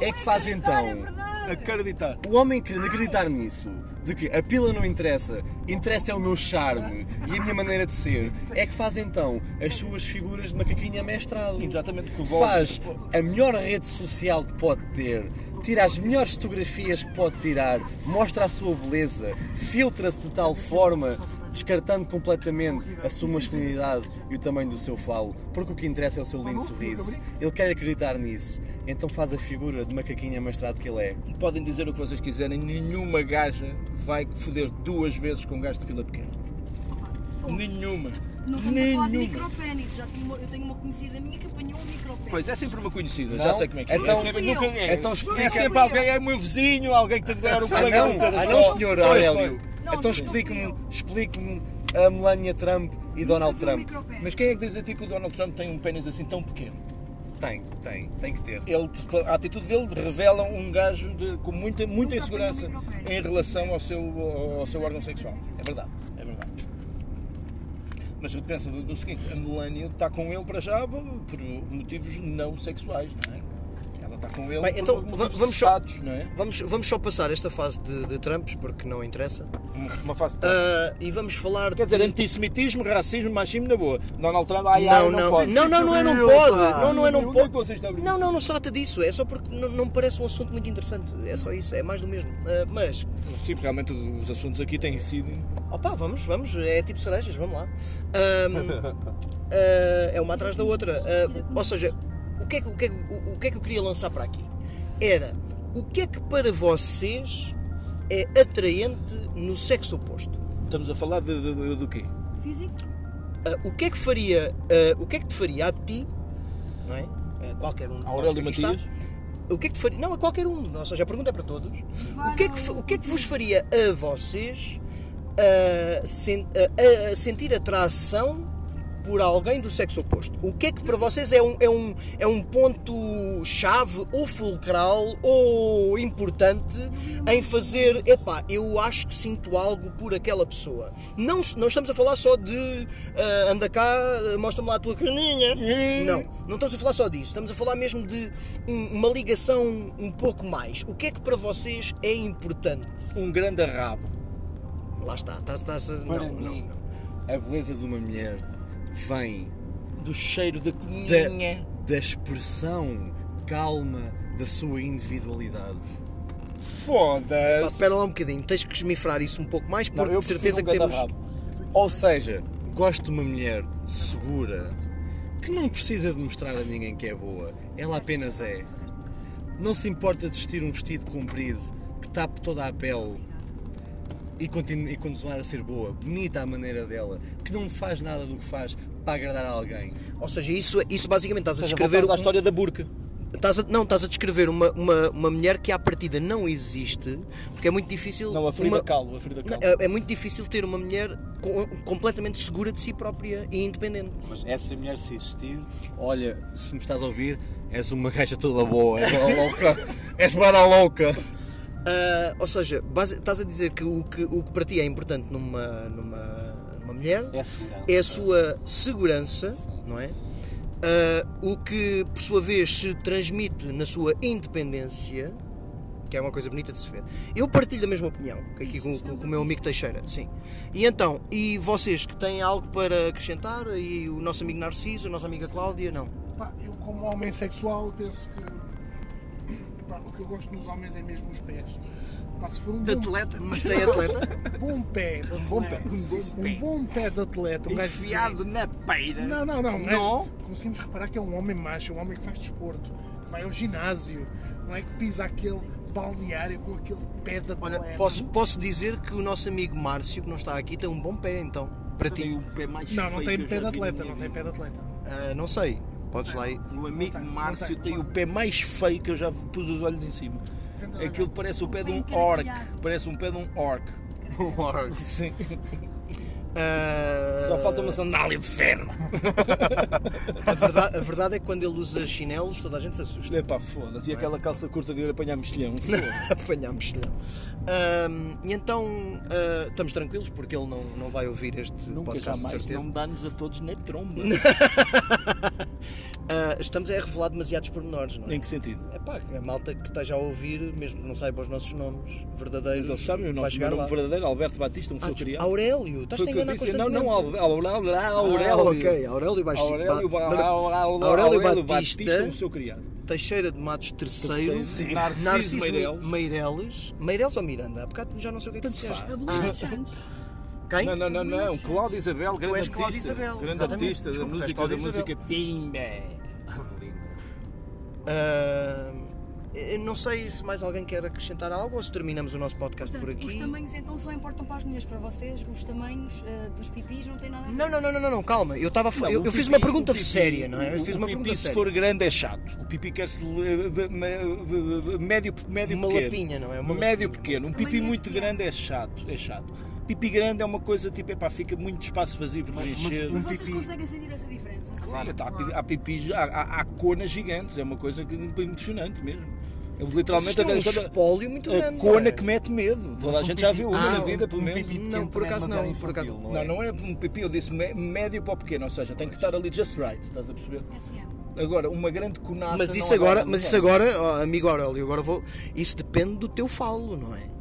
é que faz
acreditar,
então.
é verdade.
Acreditar.
O homem querendo acreditar nisso, de que a pila não interessa, interessa é o meu charme e a minha maneira de ser, é que faz então as suas figuras de macaquinho amestrado.
Exatamente, que volta.
Faz a melhor rede social que pode ter, tira as melhores fotografias que pode tirar, mostra a sua beleza, filtra-se de tal forma, descartando completamente a sua masculinidade e o tamanho do seu falo, porque o que interessa é o seu lindo sorriso. Ele quer acreditar nisso, então faz a figura de macaquinho amestrado que ele é.
Podem dizer o que vocês quiserem, nenhuma gaja vai foder duas vezes com um gajo de pila pequena. Nenhuma.
Não estamos a falar de
Nenhuma.
micropénis. Já tenho uma- eu tenho uma conhecida minha que apanhou um micropénis.
Pois é sempre uma conhecida,
Não?
já sei como é que
Então-
é. Sempre, nunca é.
então explica-
é sempre alguém, é o meu vizinho, alguém que teve de dar o
Ah
colega.
não, ah, não senhor Aurélio.
Não,
então
não
explique-me,
fui eu.
explique-me a Melania Trump e Donald
Apanhou um
Trump.
micropénis.
Mas quem é que diz a ti que o Donald Trump tem um pênis assim tão pequeno?
Tem, tem, tem que ter.
Ele, a atitude dele revela um gajo de- com muita, muita insegurança em relação ao seu, ao, ao seu órgão sexual. É verdade, é verdade. Mas eu penso do, do seguinte, a Melania está com ele para já por por motivos não sexuais, não é? Ela está com ele
Bem,
por
então
motivos
va-
de
vamos só,
status, não é?
vamos, vamos só passar esta fase de, de Trumps, porque não interessa.
Uma- Uma fase de...
Ah, e vamos falar
Quer dizer,
de.
antissemitismo, racismo, machismo, na boa. Donald Trump, ai, ai,
Não,
não,
não,
pode.
não, não, não é não
Meu
pode.
pai,
Não, não é não
onde que
pode.
vocês estão a brincar?
Não, não, não se trata disso. É só porque não, não me parece um assunto muito interessante. É só isso, é mais do mesmo. Ah, mas,
Sim, realmente os assuntos aqui têm sido...
opa, vamos, vamos. É tipo cerejas, vamos lá.
(laughs)
Ahm, ah, é uma atrás da outra. Ah, ou seja, o que, é que, o, que é que, o- o que é que eu queria lançar para aqui? Era o que é que para vocês é atraente no sexo oposto?
Estamos a falar de, de- de- do quê?
Físico?
Ah, o que é que faria, ah, o que é que te faria a ti, não é? A qualquer um de nós
Aurélio
que aqui
Matias?
o que é que te faria, não a qualquer um, ou seja, a pergunta é para todos, o que é que, fa- o que, é que vos faria a vocês ah, sen- ah, ah, sentir atração por alguém do sexo oposto? O que é que para vocês é um, é um, é um ponto-chave ou fulcral ou importante em fazer, epá, eu acho que sinto algo por aquela pessoa. Não, se- não estamos a falar só de ah, anda cá, mostra-me lá a tua caninha. Não, não estamos a falar só disso. Estamos a falar mesmo de um- uma ligação um pouco mais. O que é que para vocês é importante?
Um grande rabo.
Lá está, estás, estás a-
Para
não, não,
mim,
não.
a beleza de uma mulher vem
do cheiro da
da,
coninha.
da expressão calma da sua individualidade.
Pá,
Foda-se.
espera lá um bocadinho, tens que esmifrar isso um pouco mais porque
eu
de certeza que
prefiro um
temos.
grande
Ou seja, gosto de uma mulher segura, que não precisa de mostrar a ninguém que é boa, ela apenas é. Não se importa de vestir um vestido comprido que tape toda a pele e, continu- e continuar a ser boa, bonita à maneira dela, que não faz nada do que faz para agradar a alguém.
Ou seja, isso, é, isso basicamente estás a
Seja,
descrever.
voltamos à
um-
história da burca.
Estás a- não, estás a descrever uma, uma, uma mulher que à partida não existe, porque é muito difícil.
Não, a Frida
uma-
Kahlo. A Frida
Não,
Kahlo.
É, é muito difícil ter uma mulher co- completamente segura de si própria e independente.
Mas essa mulher É se existir, olha, se me estás a ouvir, és uma gaja toda boa, és uma louca, és uma louca.
Ah, ou seja, base- estás a dizer que o, que o que para ti é importante numa, numa, numa mulher
É a segurança.
é a sua segurança, não é? Ah, o que por sua vez se transmite na sua independência, que é uma coisa bonita de se ver. Eu partilho da mesma opinião que aqui com, com- com o meu amigo Teixeira, sim. E então, e vocês que têm algo para acrescentar? E o nosso amigo Narciso, a nossa amiga Cláudia, não?
Pá, eu como homem sexual penso que Epá, o que eu gosto nos homens é mesmo os pés. Epá, se for um
De
bom,
atleta, mas
Mas tem atleta.
bom pé, de
bom
atleta,
pé.
um bom pé de atleta, um gajo
enfiado na peira.
Não, não, não.
Não?
É, conseguimos reparar que é um homem macho, um homem que faz desporto, que vai ao ginásio, não é que pisa aquele balneário com aquele pé de atleta.
Olha, posso, posso dizer que o nosso amigo Márcio, que não está aqui, tem um bom pé então. Para
Tem
ti.
o pé mais
Não, não
feio que
tem
eu
pé
já
de
vi na
atleta,
minha
não tem
vida.
pé de atleta.
Ah, não sei. Podes lá ir.
O amigo
Não tem, não
Márcio
tem.
tem, Então, o pé mais feio que eu já pus os olhos em cima.
Tenta
Aquilo parece o pé de
Tem
um
que
orc.
arrepiar.
Parece um pé de um orc. (laughs) Um orc. Sim.
Ah,
Só falta uma sandália de ferro.
a, verdade, a verdade é que quando ele usa chinelos, toda a gente se assusta.
Epá, foda-se. E aquela calça curta de ir apanhar (laughs) mexilhão. Foda-se.
Apanhámos-lhe. e então ah, estamos tranquilos porque ele não, não vai ouvir este
Nunca
podcast de
jamais.
certeza.
Não dá-nos a todos na tromba.
Ah, estamos a revelar demasiados pormenores, não é?
em que sentido?
É pá, a malta que esteja a ouvir, mesmo que não saiba os nossos nomes verdadeiros,
Mas eles sabem o
vai
nosso
chegar
nome
lá.
verdadeiro, Alberto Batista, um
Ah,
seu
desculpa,
criado.
Aurélio, estás
Foi
a
o que eu disse.
enganar
Não,
constantemente.
não, Al- Al- Al- Al-
Ah,
Aurélio.
ok, Aurélio Baixi-
Aurélio,
Ba-
ba Aurélio, Aurélio,
Aurélio
Batista,
Batista.
o seu criado.
Teixeira de Matos III,
Terceiro. Narciso Meireles.
Meireles. Meireles ou Miranda? Há bocado já não sei o que é que
Tanto
disseste.
Abelinda dos Santos.
Quem?
Não, não, não, não. Cláudio Isabel, grande
és
artista.
Cláudio Isabel,
grande
exatamente.
artista da
Desculpa, tu és
música, da
Cláudio
música
Isabel.
Pimba.
Ah, eu não sei se mais alguém quer acrescentar algo ou se terminamos o nosso podcast por
Portanto, os
aqui.
tamanhos então só importam para as mulheres, para vocês, os tamanhos eh, dos pipis não têm nada a ver.
Não, não, não, não, não, não, calma. Eu, estava a fa-
Não,
eu,
o
eu fiz
pipi-
uma pergunta
o pipi-
séria, não é? Eu
o-
fiz
o
uma
pipi,
pergunta
se
séria.
for grande, é chato. O pipi quer-se le- de- me- de- de- médio, médio
Uma
pequeno.
lapinha, não é? Uma
médio
lapinha.
pequeno. Um
Também
pipi
é
muito
assim, é.
grande é chato. É chato. Pipi grande é uma coisa tipo, epá, fica muito espaço vazio para preencher.
Mas vocês conseguem sentir essa diferença?
Um Claro, tá, há pi- há pipis, há, há, há conas gigantes, é uma coisa que- impressionante mesmo. Eu,
Vocês
literalmente
têm um
toda-
espólio muito
a
grande. não
cona
é?
que mete medo. Toda a gente já viu uma
Ah,
na vida, pelo
um
menos.
pipi pequeno também é demasiado infantil,
Não, não é um pipi, eu disse me- médio para o pequeno, ou seja, tem que estar ali just right, estás a perceber?
SM.
Agora, uma grande conaça.
Mas
não é
isso agora,
agrada
mas isso
ninguém.
agora, ó, amigo Aurélio, agora vou. Isso depende do teu falo, não é?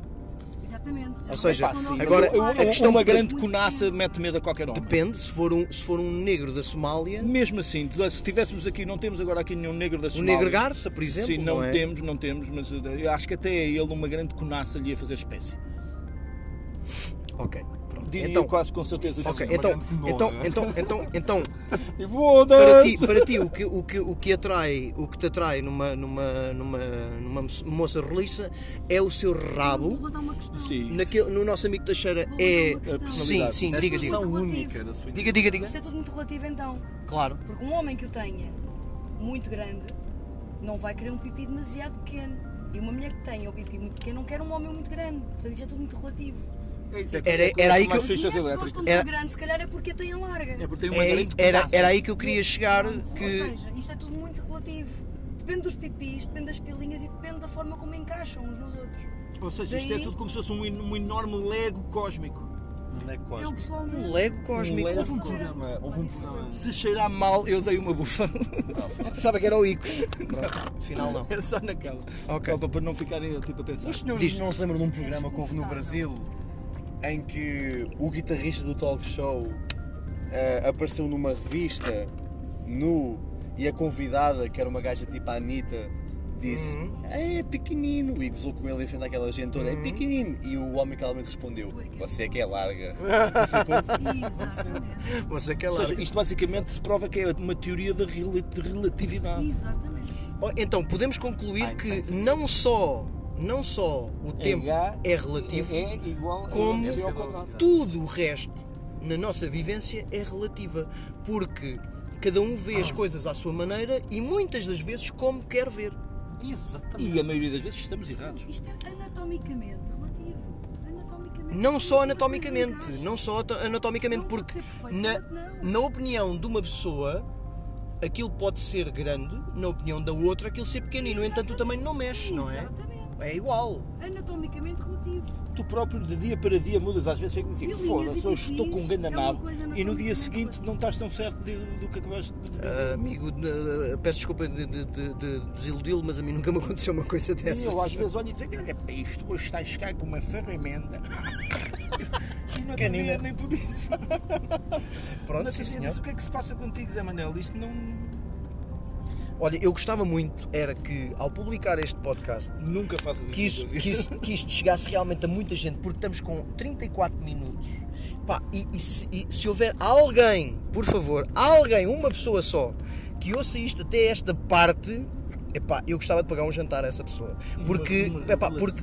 Exatamente.
Ou seja,
Quando nós
agora-
vamos falar-
a questão-
uma
muito
grande
pequena.
conaça mete medo a qualquer homem.
Depende se for um, se for um negro da Somália,
Mesmo assim, se tivéssemos aqui, não temos agora aqui nenhum negro da
um
Somália.
negro garça, por exemplo.
Sim, não,
é?
temos, não temos, mas eh, eu acho que até ele uma grande conaça lhe ia fazer espécie.
Ok, pronto.
Diria
então,
eu quase com certeza.
ok,
que assim, sim.
então,
grande
então,
cenoura.
então, então,
(laughs)
então,
E foda-se!
para ti, para ti o, que, o, que, o que atrai, o que te atrai numa, numa, numa, numa mo- moça roliça é o seu
Vou
rabo.
levantar uma questão.
Sim.
Naquele, no nosso amigo Teixeira
Vou
é.
levantar uma questão.
Sim, sim,
É a
diga,
expressão
diga.
única da sua
Diga, diga, diga.
Isto é tudo muito relativo então.
Claro.
Porque um homem que o tenha muito grande não vai querer um pipi demasiado pequeno. E uma mulher que tenha o pipi muito pequeno não quer um homem muito grande. Portanto, isto é tudo muito relativo.
Era- era aí que eu-
As mulheres que gostam de
Era-
um grande, se calhar é porque a têm larga.
É porque tem uma
É aí-
grande
era,
conaça.
era aí que eu queria chegar.
Pronto, Ou
Que,
seja, isto é tudo muito relativo. Depende dos pipis, depende das pilinhas e depende da forma como encaixam uns nos outros.
Ou seja, isto é
Daí-
tudo como se fosse um, en- um enorme lego cósmico.
Lego
Eu
Cósmico.
um
pessoalmente.
lego cósmico.
Houve um programa, houve um programa.
Se cheirar mal, eu dei uma (laughs) bufa.
Pensava que era o Ico. Pronto, afinal (laughs) não.
É só naquela.
Ok.
Só para- para não ficarem tipo, a pensar.
Os senhores
Diz.
não se lembram de um programa que houve no Brasil em que o guitarrista do talk show eh, apareceu numa revista nu e a convidada, que era uma gaja tipo a Anitta, disse "Ah, é pequenino e gozou com ele em frente àquela gente toda, é pequenino. E o homem calmamente respondeu: Você é que é larga. Isso aconteceu.
Exatamente.
Você quer
Ou
lá.
seja, isto basicamente se prova que é uma teoria da rela- de relatividade.
Exatamente.
Oh, Então, podemos concluir que não só, não só o tempo é relativo,
É igual
como
a MC ao quadrado.
tudo o resto na nossa vivência é relativa. Porque cada um vê as coisas à sua maneira e muitas das vezes como quer ver.
E a maioria das vezes estamos errados.
Isto é anatomicamente relativo. Anatomicamente.
Não só
Uma
anatomicamente,
coisa encaixa.
não só ata- anatomicamente,
Não pode
porque
ser perfeito,
na,
não.
na opinião de uma pessoa aquilo pode ser grande, na opinião da outra aquilo ser pequenino, no entanto tu também não mexes, não é?
Exatamente.
É igual.
Anatomicamente relativo.
Tu próprio, de dia para dia, mudas. Às vezes chega-te
Mil
assim,
linhas
foda-se,
e
hoje estou com um
perfis,
grande
é uma
nabo.
coisa
E no dia
anatomicamente
seguinte
coisa.
não estás tão certo de- do que acabaste de dizer.
Ah, amigo, ah, peço desculpa de, de- de- de desiludi-lo, mas a mim nunca me (laughs) aconteceu uma coisa
E
dessas.
eu às vezes olho e digo, olha para isto, hoje estás cá com uma ferramenta. (laughs) E não te
Canina.
dia nem por isso.
Pronto,
Mas
sim
assim,
senhor.
o que é que se passa contigo, Zé Manel? Isto não...
Olha, eu gostava muito era que ao publicar este podcast
Nunca
assim
faças
que
isso.
isto,
na tua vida.
(laughs)
que, isto, que isto chegasse realmente a muita gente, porque estamos com 34 minutos. Pá, e, e se, e se houver alguém, por favor, alguém, uma pessoa só, que ouça isto até esta parte, epá, eu gostava de pagar um jantar a essa pessoa. Porque,
uma
epá, porque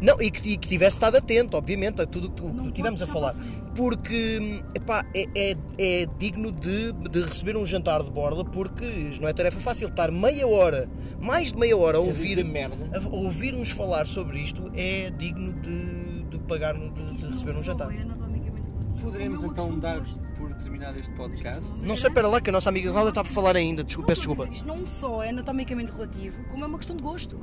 não, e que, e que tivesse estado atento, obviamente, a tudo o que- o que
pode
tivemos a
já
falar. Porque epá, é, é, é digno de, de receber um jantar de borda, porque não é tarefa fácil estar meia hora, mais de meia hora a ouvir.
dizer merda.
A- Ouvir-nos falar sobre isto é digno de, de pagar, no- de, de receber um
é
jantar.
Poderemos então dar por terminado este podcast?
Não sei, para lá, que a nossa amiga Cláudia está a falar ainda. Desculpa, peço
estou a
desculpa.
dizer, Isto é? não só é anatomicamente relativo, como é uma questão de gosto.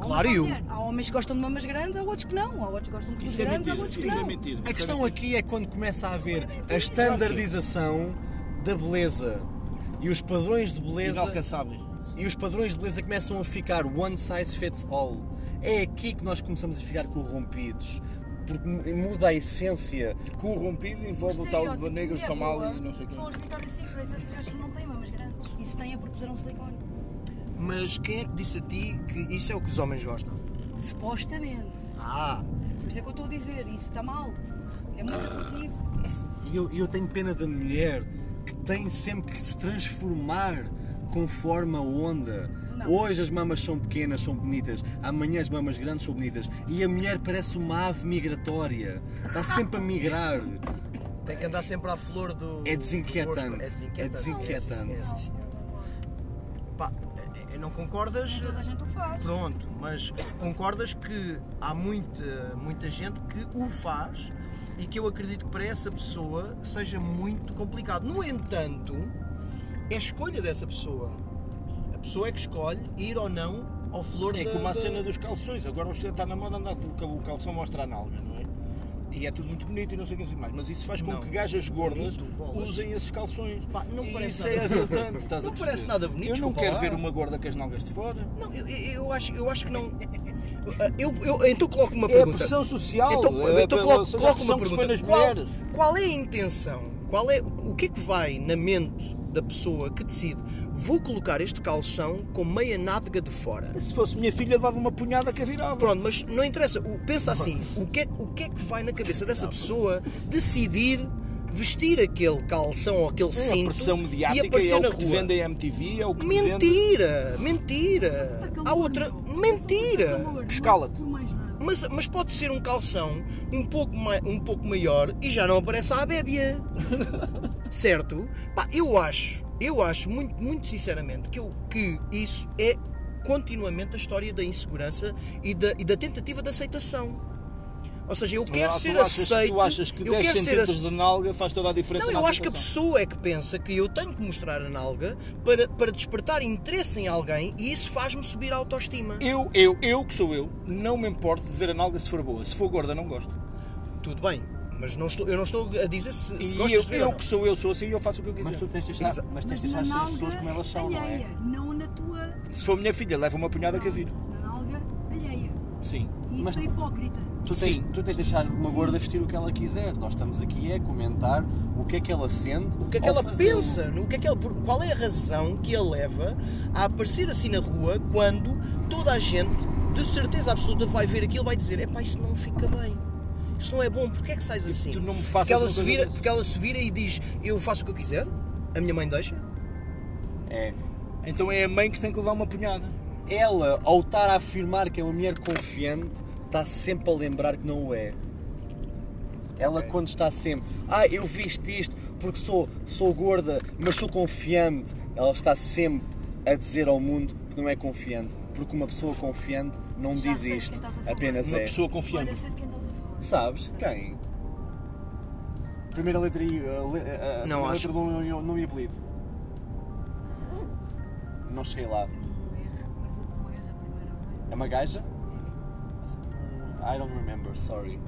Claro, eu.
Há homens que gostam de mamas grandes, há outros que não. Há outros que gostam de pelos
Isso é
grandes, há
mentira.
outros que
Isso é
não.
mentira.
A questão aqui é quando começa a haver a standardização da beleza e os padrões de
é
beleza
Inalcançáveis.
e os padrões de beleza começam a ficar one size fits all. É aqui que nós começamos a ficar corrompidos, porque mu- muda a essência.
Corrompido envolve o tal do negro, somali e não sei o que.
é São os Victoria's Secrets, esses gajos que não têm mamas grandes. E se têm é porque puseram silicone.
Mas quem é que disse a ti que isso é o que os homens gostam?
Supostamente.
Ah,
Por isso é que eu estou a dizer, isso está mal. É muito relativo.
E eu, eu tenho pena da mulher que tem sempre que se transformar conforme a onda.
Não.
Hoje as mamas são pequenas, são bonitas. Amanhã as mamas grandes são bonitas. E a mulher parece uma ave migratória. Está sempre a migrar.
tem que andar sempre à flor do.
É
do
desinquietante.
gosto.
É desinquietante.
É, sim, sim, senhor. Pá, é- é- não concordas?
Toda a gente o faz.
Pronto, mas concordas que há muita, muita gente que o faz e que eu acredito que para essa pessoa seja muito complicado. No entanto, é escolha dessa pessoa. A pessoa é que escolhe ir ou não ao flor
É
da-
como a
da-
cena dos calções, agora hoje está na moda andar com o calção mostra a nalga, não é? E é tudo muito bonito e não sei o que não sei mais, mas isso faz com
Não.
que gajas gordas
Bonito, bolas.
usem esses calções.
Pá, não
E
parece
isso
nada
é
bonito.
aviltante, estás a
Não
perceber?
parece nada bonito,
Eu não
desculpa
quero
lá.
ver uma gorda com as nalgas de fora.
Não, eu, eu- eu acho, eu acho que não. Eu, eu- então coloco uma
É a
pergunta.
pressão social.
Então,
é,
então
pela-
coloco,
seja, a
coloco
pressão
uma
que se põe
pergunta.
nas
Qual,
mulheres.
qual é a intenção? Qual é, o que é que vai na mente da pessoa que decide vou colocar este calção com meia nádega de fora?
Se fosse minha filha, dava uma punhada que a virava.
Pronto, mas não interessa. O- Pensa assim, o que, é, o que é que vai na cabeça
Ah,
dessa pessoa decidir vestir aquele calção ou aquele
É a
cinto
pressão
e
mediática
aparecer
é o
na
que te
rua?
vendem a MTV, é o que te vendem-
Mentira, mentira.
Está
Há
calor,
outra
meu. Está calor,
mentira.
não há
Escala-te.
mais nada.
Mas, mas pode ser um calção um pouco, mai- um pouco maior e já não aparece
(laughs)
a abébia. certo? Pá, eu acho, eu acho muito, muito sinceramente que, eu, que isso é continuamente a história da insegurança e da, e da tentativa de aceitação. Ou seja, eu quero
Ah, tu
ser
achas-
aceito.
Tu achas que
eu
10
quero ser
centímetros
ace-
de nalga faz toda a diferença
não,
na
eu acho que a
aceitação?
pessoa é que pensa que eu tenho que mostrar a nalga para, para despertar interesse em alguém e isso faz-me subir a autoestima.
Eu, eu, eu que sou eu, não me importo de ver a nalga se for boa. Se for gorda, não gosto.
Tudo bem, mas não estou, eu não estou a dizer se, se
e
gostas
eu,
de ver
eu
ou não.
que sou eu, sou assim e eu faço o que eu quiser.
Mas tu tens de deixar,
Exato.
mas tens de deixar
na
as
nalga
pessoas como elas são, não é?
alheia, não na tua.
Se for minha filha, leva uma punhada que a vir.
Na nalga alheia.
Sim.
E isso
Mas-
é hipócrita.
Tu tens,
Sim.
tu tens de deixar uma gorda vestir o que ela quiser. Nós estamos aqui é comentar o que é que ela sente.
O que é que ela pensa? No que é que ela, por- qual é a razão que a leva a aparecer assim na rua quando toda a gente, de certeza absoluta, vai ver aquilo e vai dizer: epá, isso não fica bem. Isso não é bom, porquê é que sais assim?
tu não me faças
porque, ela
uma
se
coisa
vira,
dessas.
porque ela se vira e diz: Eu faço o que eu quiser, a minha mãe deixa.
É.
Então é a mãe que tem que levar uma punhada.
Ela, ao estar a afirmar que é uma mulher confiante, está sempre a lembrar que não o é. Ela quando está sempre, ah, eu viste isto porque sou, sou gorda, mas sou confiante. Ela está sempre a dizer ao mundo que não é confiante. Porque uma pessoa confiante não
Já
diz
sei de quem
isto,
estás a falar.
apenas
Uma
é.
pessoa
Olha,
confiante.
sei de quem estás a falar.
Sabes? De quem? Primeira letra e. uh, le- uh, a
Não
primeira
acho.
letra do nome, nome e apelido. Não cheguei lá.
Um R, mas eu ponho R a primeira vez.
É uma gaja? I don't remember, sorry.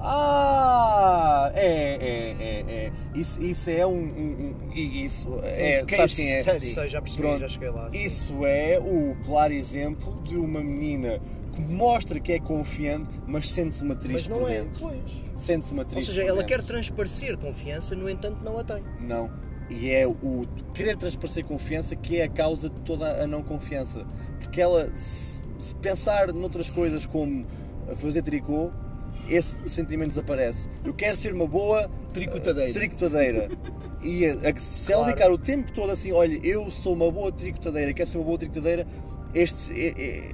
Ah! É, é, é, é. Isso, isso é um. um, um e isso é.
Um case
sabes quem é?
study. Sei, já percebi, já cheguei lá, sim.
Isso é o claro exemplo de uma menina que mostra que é confiante, mas sente-se uma
Mas
triste
não
por
é.
dentro.
Pois.
Sente-se uma
Ou
triste
seja,
por
ela
dentro.
quer transparecer confiança, no entanto, não a tem.
Não. E é o querer transparecer confiança que é a causa de toda a não confiança. Porque ela, se se pensar noutras coisas como fazer tricô, esse sentimento desaparece. Eu quero ser uma boa
Tricotadeira.
tricotadeira. E a- a- se ela ficar o tempo todo assim, olha, eu sou uma boa tricotadeira, quero ser uma boa tricotadeira, este, e- e-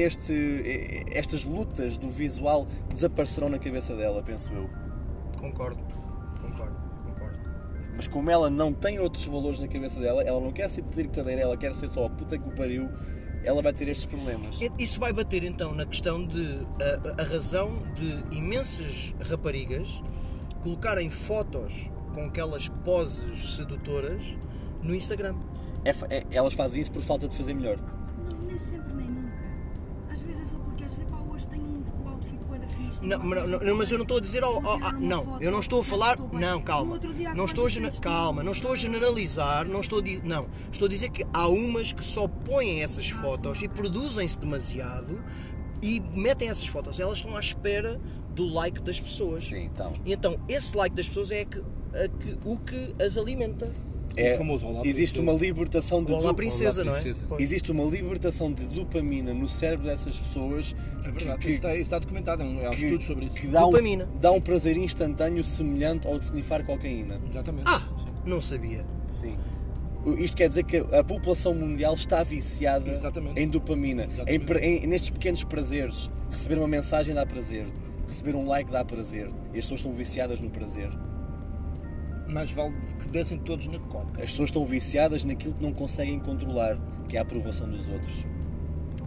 este, e- estas lutas do visual desaparecerão na cabeça dela, penso eu.
Concordo, concordo, concordo.
Mas como ela não tem outros valores na cabeça dela, ela não quer ser tricotadeira, ela quer ser só a puta que o pariu, ela vai ter estes problemas.
E- Isso vai bater então na questão de a, a razão de imensas raparigas colocarem fotos com aquelas poses sedutoras no Instagram.
É fa- é- elas fazem isso por falta de fazer melhor.
Não, nem sempre nem nunca. Às vezes é só porque achas, pá, hoje tenho um um outfit bué da fixe.
Não,
tenho uma
mas, não-
coisa
não, mas eu não estou a dizer ao, ao- a- não, eu não estou a falar, não, calma. Não estou a gene- calma, não estou a generalizar, não estou a dizer, não, estou a dizer que há umas que só põem essas fotos e produzem-se demasiado e metem essas fotos, elas estão à espera do like das pessoas.
Sim, então.
E então, esse like das pessoas é que- a que- o que as alimenta.
É,
O famoso Olá,
existe
Princesa.
uma libertação de
O Olá
du-
Princesa, não é?
Princesa.
Pois.
Existe uma libertação de dopamina no cérebro dessas pessoas
É verdade,
que,
isso, está, isso está
é
documentado, há um- há
que-
estudos sobre isso.
que dá, um,
Dopamina.
dá um prazer instantâneo semelhante ao de snifar cocaína.
Exatamente.
Ah, não sabia.
Sim. Isto quer dizer que a população mundial está viciada
Exatamente.
em dopamina,
Exatamente.
em, pra- em- nestes pequenos prazeres. Receber uma mensagem dá prazer, receber um like dá prazer. E as pessoas estão viciadas no prazer.
Mais vale que dessem todos na coca.
As pessoas estão viciadas naquilo que não conseguem controlar, que é a aprovação dos outros.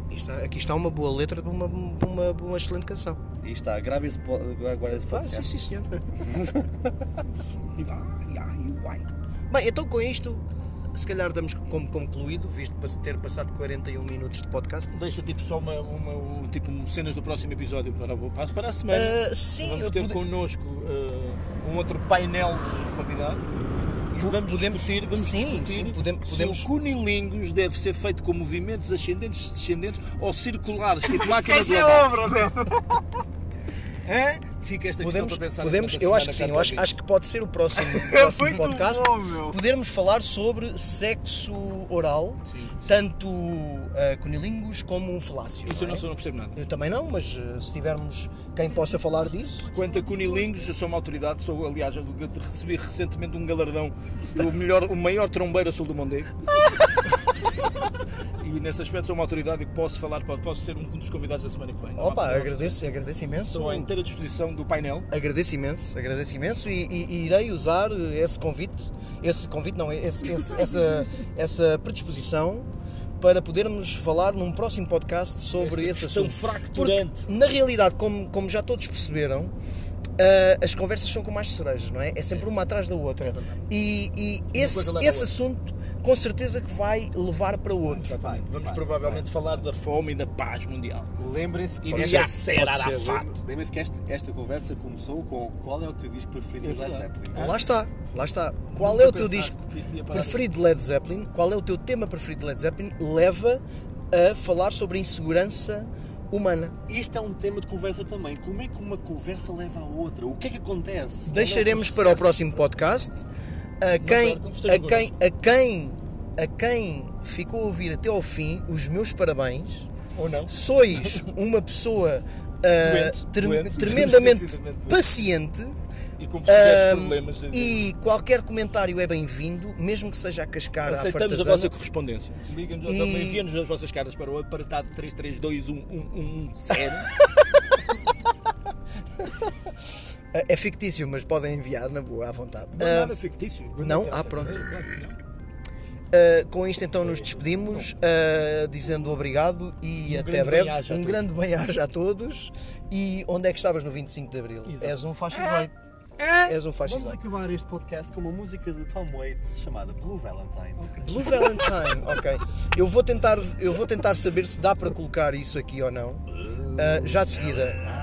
Isto- aqui está uma boa letra para uma, para uma, para uma excelente canção.
Aí está, grave esse, po- guarda esse
Ah,
podcast.
sim, sim, senhor.
Tipo, ai, ai, uai.
(laughs) Bem, então com isto, se calhar damos como concluído, visto pas- ter passado 41 minutos de podcast.
Deixa tipo só uma, uma- um, tipo, um- cenas do próximo episódio para, o- para, para a semana.
Ah, sim,
vamos
eu
ter
pode-
connosco ah, um outro painel de convidado. E vamos discutir, vamos
sim,
discutir
sim, podemos- podemos-
se o cunilingus deve ser feito com movimentos ascendentes, descendentes ou circulares,
(laughs)
tipo máquina
é
de lavar.
obra,
Hã? Fica esta
Podemos,
questão para pensar.
podemos
enquanto a
eu acho que sim,
semana
eu
cá
acho,
está
acho que pode ser
(laughs)
o próximo, o próximo
Muito
podcast.
bom, meu.
podermos falar sobre sexo oral,
Sim, sim.
tanto uh, cunilingus como um falácio.
Isso eu
não
não,
é?
sou- não percebo nada.
Eu também não, mas eh, se tivermos quem possa falar disso.
Quanto a cunilingus, eu sou uma autoridade, sou, aliás, eu recebi recentemente um galardão do melhor, o maior trombeiro a sul do Mondego. (laughs) e nesse aspecto sou uma autoridade e posso falar, posso, posso ser um dos convidados da semana que vem. Não há
Opa,
problema.
agradeço, agradeço imenso.
Estou à inteira disposição do painel.
Agradeço imenso, agradeço imenso e, e- e irei usar esse convite, esse convite não, esse- esse- essa, essa predisposição para podermos falar num próximo podcast sobre
Esta
esse
questão
assunto.
fracturante.
Porque, na realidade, como, como já todos perceberam, ah, as conversas são com mais cerejas, não é? É sempre uma atrás da outra. E, e esse,
É coisa leva a
esse
outra.
assunto, com certeza que vai levar para outro.
Exatamente. Vamos provavelmente falar da fome e da paz mundial.
Lembrem-se
E
Pode
de
ser.
Yasser
Pode ser.
Arafat.
Lembrem-se que este- esta conversa começou com qual é o teu disco preferido
É
do Led
verdade.
Zeppelin?
Lá está, lá está. Qual
Nunca
é o teu
pensaste
disco
que isto ia parar
preferido de Led Zeppelin? Qual é o teu tema preferido de Led Zeppelin? Leva a falar sobre a insegurança humana.
Este é um tema de conversa também. Como é que uma conversa leva à outra? O que é que acontece?
Deixaremos para o próximo podcast a quem,
percam,
a
estejam
quem, a quem, a quem ficou a ouvir até ao fim, os meus parabéns.
Ou não?
Sois uma pessoa ah,
Doente,
tre-
doente. (laughs)
tremendamente
Decididamente doente.
paciente.
E com projetos,
Ahm,
problemas. de-
e qualquer comentário é bem-vindo, mesmo que seja a cascar à
Aceitamos a
fartazana.
vossa correspondência. Liga-nos
E-
ou também envia-nos as vossas cartas para o apartado 33211117.
É- É fictício, mas podem enviar na boa, à vontade.
Não é
Ah,
nada fictício.
não? Ah, pronto. ah, com isto então nos despedimos, ah, dizendo obrigado e
Um
até
grande
breve.
bem-aja a
um
todos.
grande bem-aja a todos. E onde é que estavas no 25 de Abril?
Exato.
És um faixa direito. És um faixa
Vamos
direito.
acabar este podcast com uma música do Tom Waits chamada Blue Valentine.
Blue Valentine, (laughs) ok. Eu vou, tentar, eu vou tentar saber se dá para colocar isso aqui ou não. Ah, já de seguida.